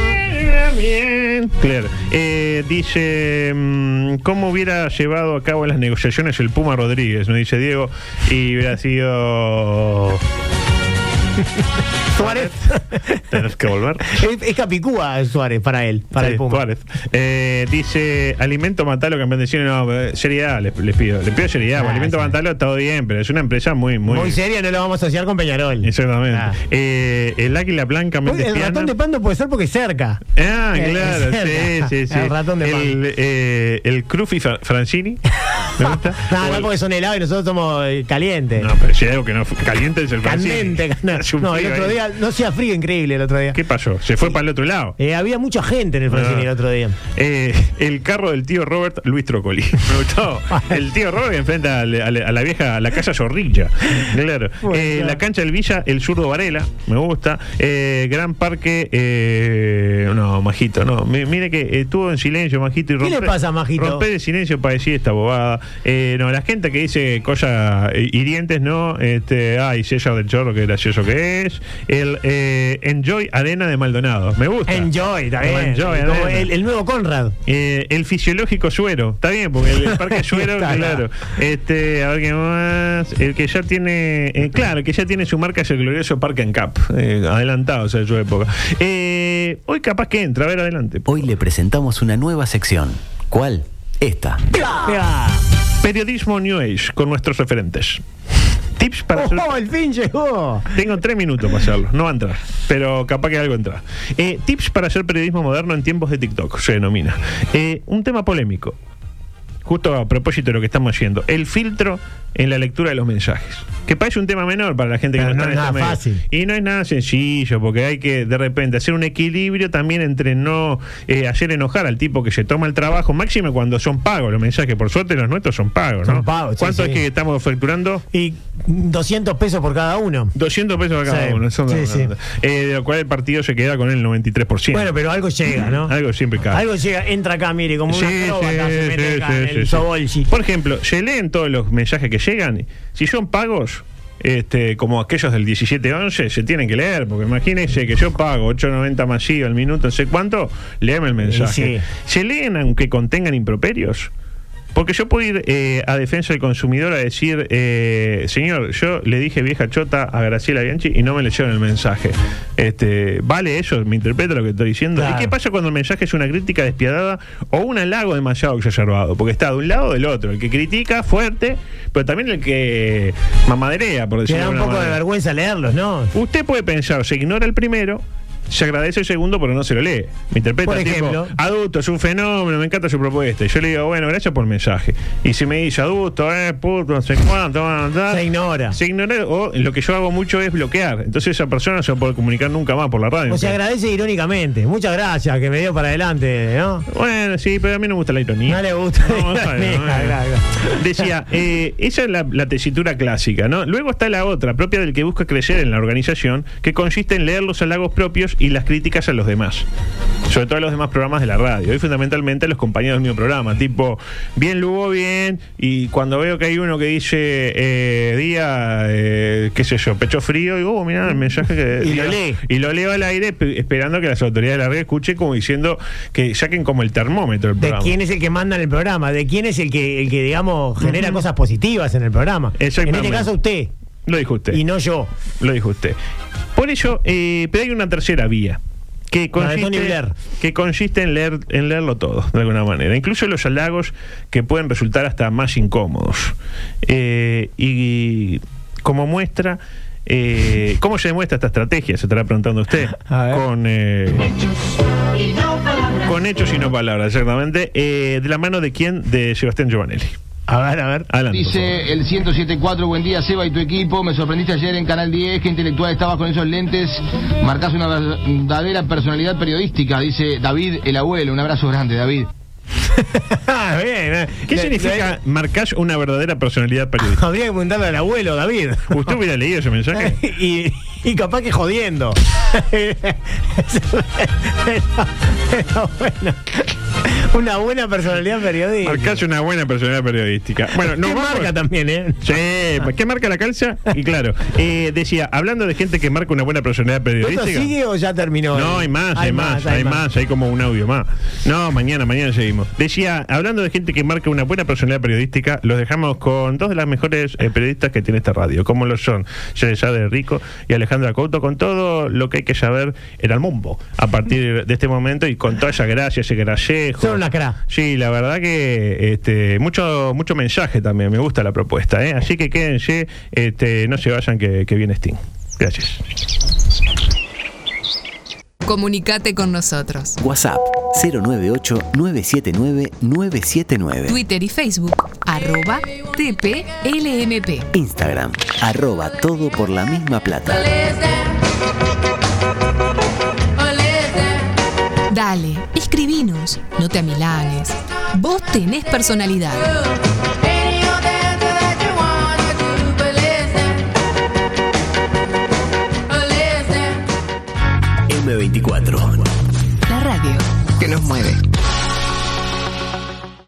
[SPEAKER 9] Eh, bien. Claro. Eh, dice, mm, ¿cómo hubiera llevado a cabo las negociaciones el Puma Rodríguez? Nos dice Diego, y hubiera sido...
[SPEAKER 10] Suárez.
[SPEAKER 9] Tenés que volver.
[SPEAKER 10] es, es Capicúa Suárez para él, para
[SPEAKER 9] Sí,
[SPEAKER 10] el Puma.
[SPEAKER 9] Suárez. Eh, dice, alimento Mantalo, campeón de cine. No, eh, seriedad, les, les pido. Les pido seriedad. porque
[SPEAKER 10] Ah,
[SPEAKER 9] alimento
[SPEAKER 10] sí.
[SPEAKER 9] Mantalo, todo bien, pero es una empresa muy, muy.
[SPEAKER 10] Muy, seria, no lo vamos a asociar con Peñarol.
[SPEAKER 9] Exactamente.
[SPEAKER 10] Ah.
[SPEAKER 9] Eh, el águila blanca,
[SPEAKER 10] Uy,
[SPEAKER 9] Méndez
[SPEAKER 10] el
[SPEAKER 9] Piana.
[SPEAKER 10] ratón de pando puede ser porque es cerca.
[SPEAKER 9] Ah,
[SPEAKER 10] Eh,
[SPEAKER 9] claro,
[SPEAKER 10] cerca.
[SPEAKER 9] sí, sí, sí.
[SPEAKER 10] El ratón de pan.
[SPEAKER 9] El, eh, el Crufi Fra- Francini. Me gusta.
[SPEAKER 10] Nada,
[SPEAKER 9] O
[SPEAKER 10] no
[SPEAKER 9] el-
[SPEAKER 10] porque son helados y nosotros somos eh, calientes.
[SPEAKER 9] No, pero si hay algo que no fu- caliente es el Francini.
[SPEAKER 10] Candente, no,
[SPEAKER 9] Hace un
[SPEAKER 10] no, el
[SPEAKER 9] frío
[SPEAKER 10] otro
[SPEAKER 9] ahí.
[SPEAKER 10] día, no sea frío, increíble el otro día.
[SPEAKER 9] ¿Qué pasó? Se fue para el otro lado.
[SPEAKER 10] Eh, había mucha gente en el Francini
[SPEAKER 9] Ah.
[SPEAKER 10] el otro día.
[SPEAKER 9] Eh, el carro del tío Robert Luis Trócoli. Me gustó. El tío Robert enfrenta al- al- a la vieja, a la casa Zorrilla. Claro.
[SPEAKER 10] Bueno.
[SPEAKER 9] Eh, la cancha del Villa, el zurdo Varela. Me gusta. Eh, Gran Parque. eh, no, Majito, no. Mi- Mire que estuvo en silencio, Majito. Y
[SPEAKER 10] ¿Qué le pasa, Majito?
[SPEAKER 9] Romper el silencio para decir esta bobada. Eh, no, la gente que dice cosas eh, hirientes, no. Este, ay, César del Chorro, qué gracioso que es. El eh, Enjoy Arena de Maldonado. Me gusta.
[SPEAKER 10] Enjoy, también.
[SPEAKER 9] Ah. Enjoy,
[SPEAKER 10] Como
[SPEAKER 9] Arena.
[SPEAKER 10] el, el nuevo Conrad.
[SPEAKER 9] Eh, el fisiológico suero, está bien, porque el, el parque suero,
[SPEAKER 10] Está bien.
[SPEAKER 9] claro. Este, a ver qué más. El que ya tiene, eh, claro, el que ya tiene su marca es el glorioso Parque Encap, eh, adelantado, o sea, de su época. Eh, hoy capaz que entra, a ver, adelante.
[SPEAKER 1] Hoy le presentamos una nueva sección. ¿Cuál? Esta.
[SPEAKER 9] Ah. Periodismo New Age con nuestros referentes. Tips para ser-
[SPEAKER 10] ¡Oh, el fin llegó!
[SPEAKER 9] Tengo tres minutos para hacerlo, no va a entrar, pero capaz que algo entra. Eh, tips para hacer periodismo moderno en tiempos de TikTok, se denomina. Eh, un tema polémico, justo a propósito de lo que estamos haciendo, el filtro en la lectura de los mensajes. Que parece un tema menor para la gente que
[SPEAKER 10] Pero
[SPEAKER 9] no,
[SPEAKER 10] no
[SPEAKER 9] está
[SPEAKER 10] es
[SPEAKER 9] en
[SPEAKER 10] nada
[SPEAKER 9] este medio.
[SPEAKER 10] fácil.
[SPEAKER 9] Y no es nada sencillo, porque hay que de repente hacer un equilibrio también entre no eh, hacer enojar al tipo que se toma el trabajo, máximo cuando son pagos los mensajes. Por suerte los nuestros son pagos, ¿no?
[SPEAKER 10] Son pagos, sí,
[SPEAKER 9] ¿Cuánto
[SPEAKER 10] sí.
[SPEAKER 9] es que estamos facturando?
[SPEAKER 10] Y 200 pesos por cada uno.
[SPEAKER 9] 200 pesos a cada
[SPEAKER 10] Sí,
[SPEAKER 9] uno. Son
[SPEAKER 10] sí,
[SPEAKER 9] dos,
[SPEAKER 10] sí.
[SPEAKER 9] ¿no? Eh, de lo cual el partido se queda con el 93%.
[SPEAKER 10] Bueno, pero algo llega, ¿no?
[SPEAKER 9] Algo siempre cae.
[SPEAKER 10] Algo llega, entra acá, mire, como una
[SPEAKER 9] Sí,
[SPEAKER 10] acróbata
[SPEAKER 9] sí,
[SPEAKER 10] se mete
[SPEAKER 9] sí,
[SPEAKER 10] acá en
[SPEAKER 9] sí,
[SPEAKER 10] el
[SPEAKER 9] sí,
[SPEAKER 10] sobolchi.
[SPEAKER 9] sí. Por ejemplo, se leen todos los mensajes que llegan. Si son pagos, este, como aquellos del 1711, se tienen que leer, porque imagínense que yo pago 8.90 más IVA al minuto, no sé cuánto, léeme el mensaje.
[SPEAKER 10] sí.
[SPEAKER 9] ¿Se leen aunque contengan improperios? Porque yo puedo ir eh, a defensa del consumidor a decir, eh, señor, yo le dije vieja chota a Graciela Bianchi y no me leyeron el mensaje. Este, ¿Vale eso? ¿Me interpreta lo que estoy diciendo?
[SPEAKER 10] Claro.
[SPEAKER 9] ¿Y qué pasa cuando el mensaje es una crítica despiadada o un halago demasiado exacerbado? Porque está de un lado o del otro. El que critica fuerte, pero también el que mamaderea, por
[SPEAKER 10] Te
[SPEAKER 9] decirlo
[SPEAKER 10] da
[SPEAKER 9] de
[SPEAKER 10] un
[SPEAKER 9] alguna
[SPEAKER 10] poco de
[SPEAKER 9] manera.
[SPEAKER 10] vergüenza leerlos, ¿no?
[SPEAKER 9] Usted puede pensar, se ignora el primero, se agradece el segundo, pero no se lo lee. Me interpreta
[SPEAKER 10] Por
[SPEAKER 9] tipo,
[SPEAKER 10] ejemplo.
[SPEAKER 9] adulto, es un fenómeno, me encanta su propuesta. Y yo le digo, bueno, gracias por el mensaje. Y si me dice adulto, eh, puto, no sé cuánto, bla, bla, bla,
[SPEAKER 10] Se ignora.
[SPEAKER 9] Se ignora, o lo que yo hago mucho es bloquear. Entonces esa persona no se va a poder comunicar nunca más por la radio.
[SPEAKER 10] O se agradece irónicamente. Muchas gracias que me dio para adelante, ¿no?
[SPEAKER 9] Bueno, sí, pero a mí no me gusta la ironía.
[SPEAKER 10] No le gusta.
[SPEAKER 9] No, no, no, no, no.
[SPEAKER 10] Claro.
[SPEAKER 9] Decía, eh, esa es la, la tesitura clásica, ¿no? Luego está la otra, propia del que busca crecer en la organización, que consiste en leer los halagos propios y las críticas a los demás. Sobre todo a los demás programas de la radio. Y fundamentalmente a los compañeros del mismo programa. Tipo, bien Lugo, bien. Y cuando veo que hay uno que dice, eh, día, eh, qué sé yo, pecho frío, digo, oh, mirá el mensaje que.
[SPEAKER 10] Y lo
[SPEAKER 9] digo,
[SPEAKER 10] lee.
[SPEAKER 9] Y lo leo al aire esp- esperando que las autoridades de la red escuchen como diciendo que saquen como el termómetro el
[SPEAKER 10] De
[SPEAKER 9] programa.
[SPEAKER 10] quién es el que manda en el programa, de quién es el que, el que digamos, genera cosas positivas en el programa. En
[SPEAKER 9] Exactamente.
[SPEAKER 10] este caso usted,
[SPEAKER 9] Lo dijo usted.
[SPEAKER 10] y no yo.
[SPEAKER 9] Lo dijo usted. Por ello, eh, pero hay una tercera vía. Que
[SPEAKER 10] La de
[SPEAKER 9] consiste,
[SPEAKER 10] Tony Blair.
[SPEAKER 9] que consiste en, leer, en leerlo todo, de alguna manera. Incluso los halagos que pueden resultar hasta más incómodos. Eh, y como muestra. eh, ¿Cómo se demuestra esta estrategia? Se estará preguntando usted. Con, eh, con hechos y no palabras, exactamente. Eh, ¿De la mano de quién? De Sebastián Giovanelli.
[SPEAKER 10] A ver, a ver.
[SPEAKER 9] Adelante. por favor.
[SPEAKER 14] Dice el 1074, buen día Seba y tu equipo, me sorprendiste ayer en Canal 10, que intelectual estabas con esos lentes, marcas una verdadera personalidad periodística, dice David el abuelo, un abrazo grande David.
[SPEAKER 9] Ah, bien, eh. ¿Qué significa marcás una verdadera personalidad periodística?
[SPEAKER 10] Habría que preguntarle al abuelo, David.
[SPEAKER 9] ¿Usted hubiera leído ese mensaje?
[SPEAKER 10] y, y capaz que jodiendo. pero, pero bueno. Una buena personalidad periodística.
[SPEAKER 9] Marcás una buena personalidad periodística. Bueno, nos
[SPEAKER 10] ¿Qué
[SPEAKER 9] vamos-
[SPEAKER 10] marca también, ¿eh?
[SPEAKER 9] Sí, ¿qué marca la calza? Y claro, eh, decía, hablando de gente que marca una buena personalidad
[SPEAKER 10] ¿Esto
[SPEAKER 9] periodística.
[SPEAKER 10] sigue o ya terminó?
[SPEAKER 9] No, hay más, hay, más, hay más, hay como un audio más. No, mañana, mañana seguimos. Decía, hablando de gente que marca una buena personalidad periodística, los dejamos con dos de las mejores eh, periodistas que tiene esta radio, como lo son Cesare Rico y Alejandra Couto, con todo lo que hay que saber en el mundo a partir de este momento y con toda esa gracia, ese grasejo.
[SPEAKER 10] Son una cra.
[SPEAKER 9] Sí, la verdad que este, mucho, mucho mensaje también, me gusta la propuesta, ¿eh? así que quédense, este, no se vayan que, que viene Sting. Gracias.
[SPEAKER 4] Comunicate con nosotros.
[SPEAKER 1] WhatsApp 098-979-979.
[SPEAKER 4] Twitter y Facebook, arroba TPLMP.
[SPEAKER 1] Instagram, arroba todo por la misma plata.
[SPEAKER 4] Dale, escribinos, no te amilanes. Vos tenés personalidad.
[SPEAKER 1] M24.
[SPEAKER 4] La radio.
[SPEAKER 1] Que nos mueve.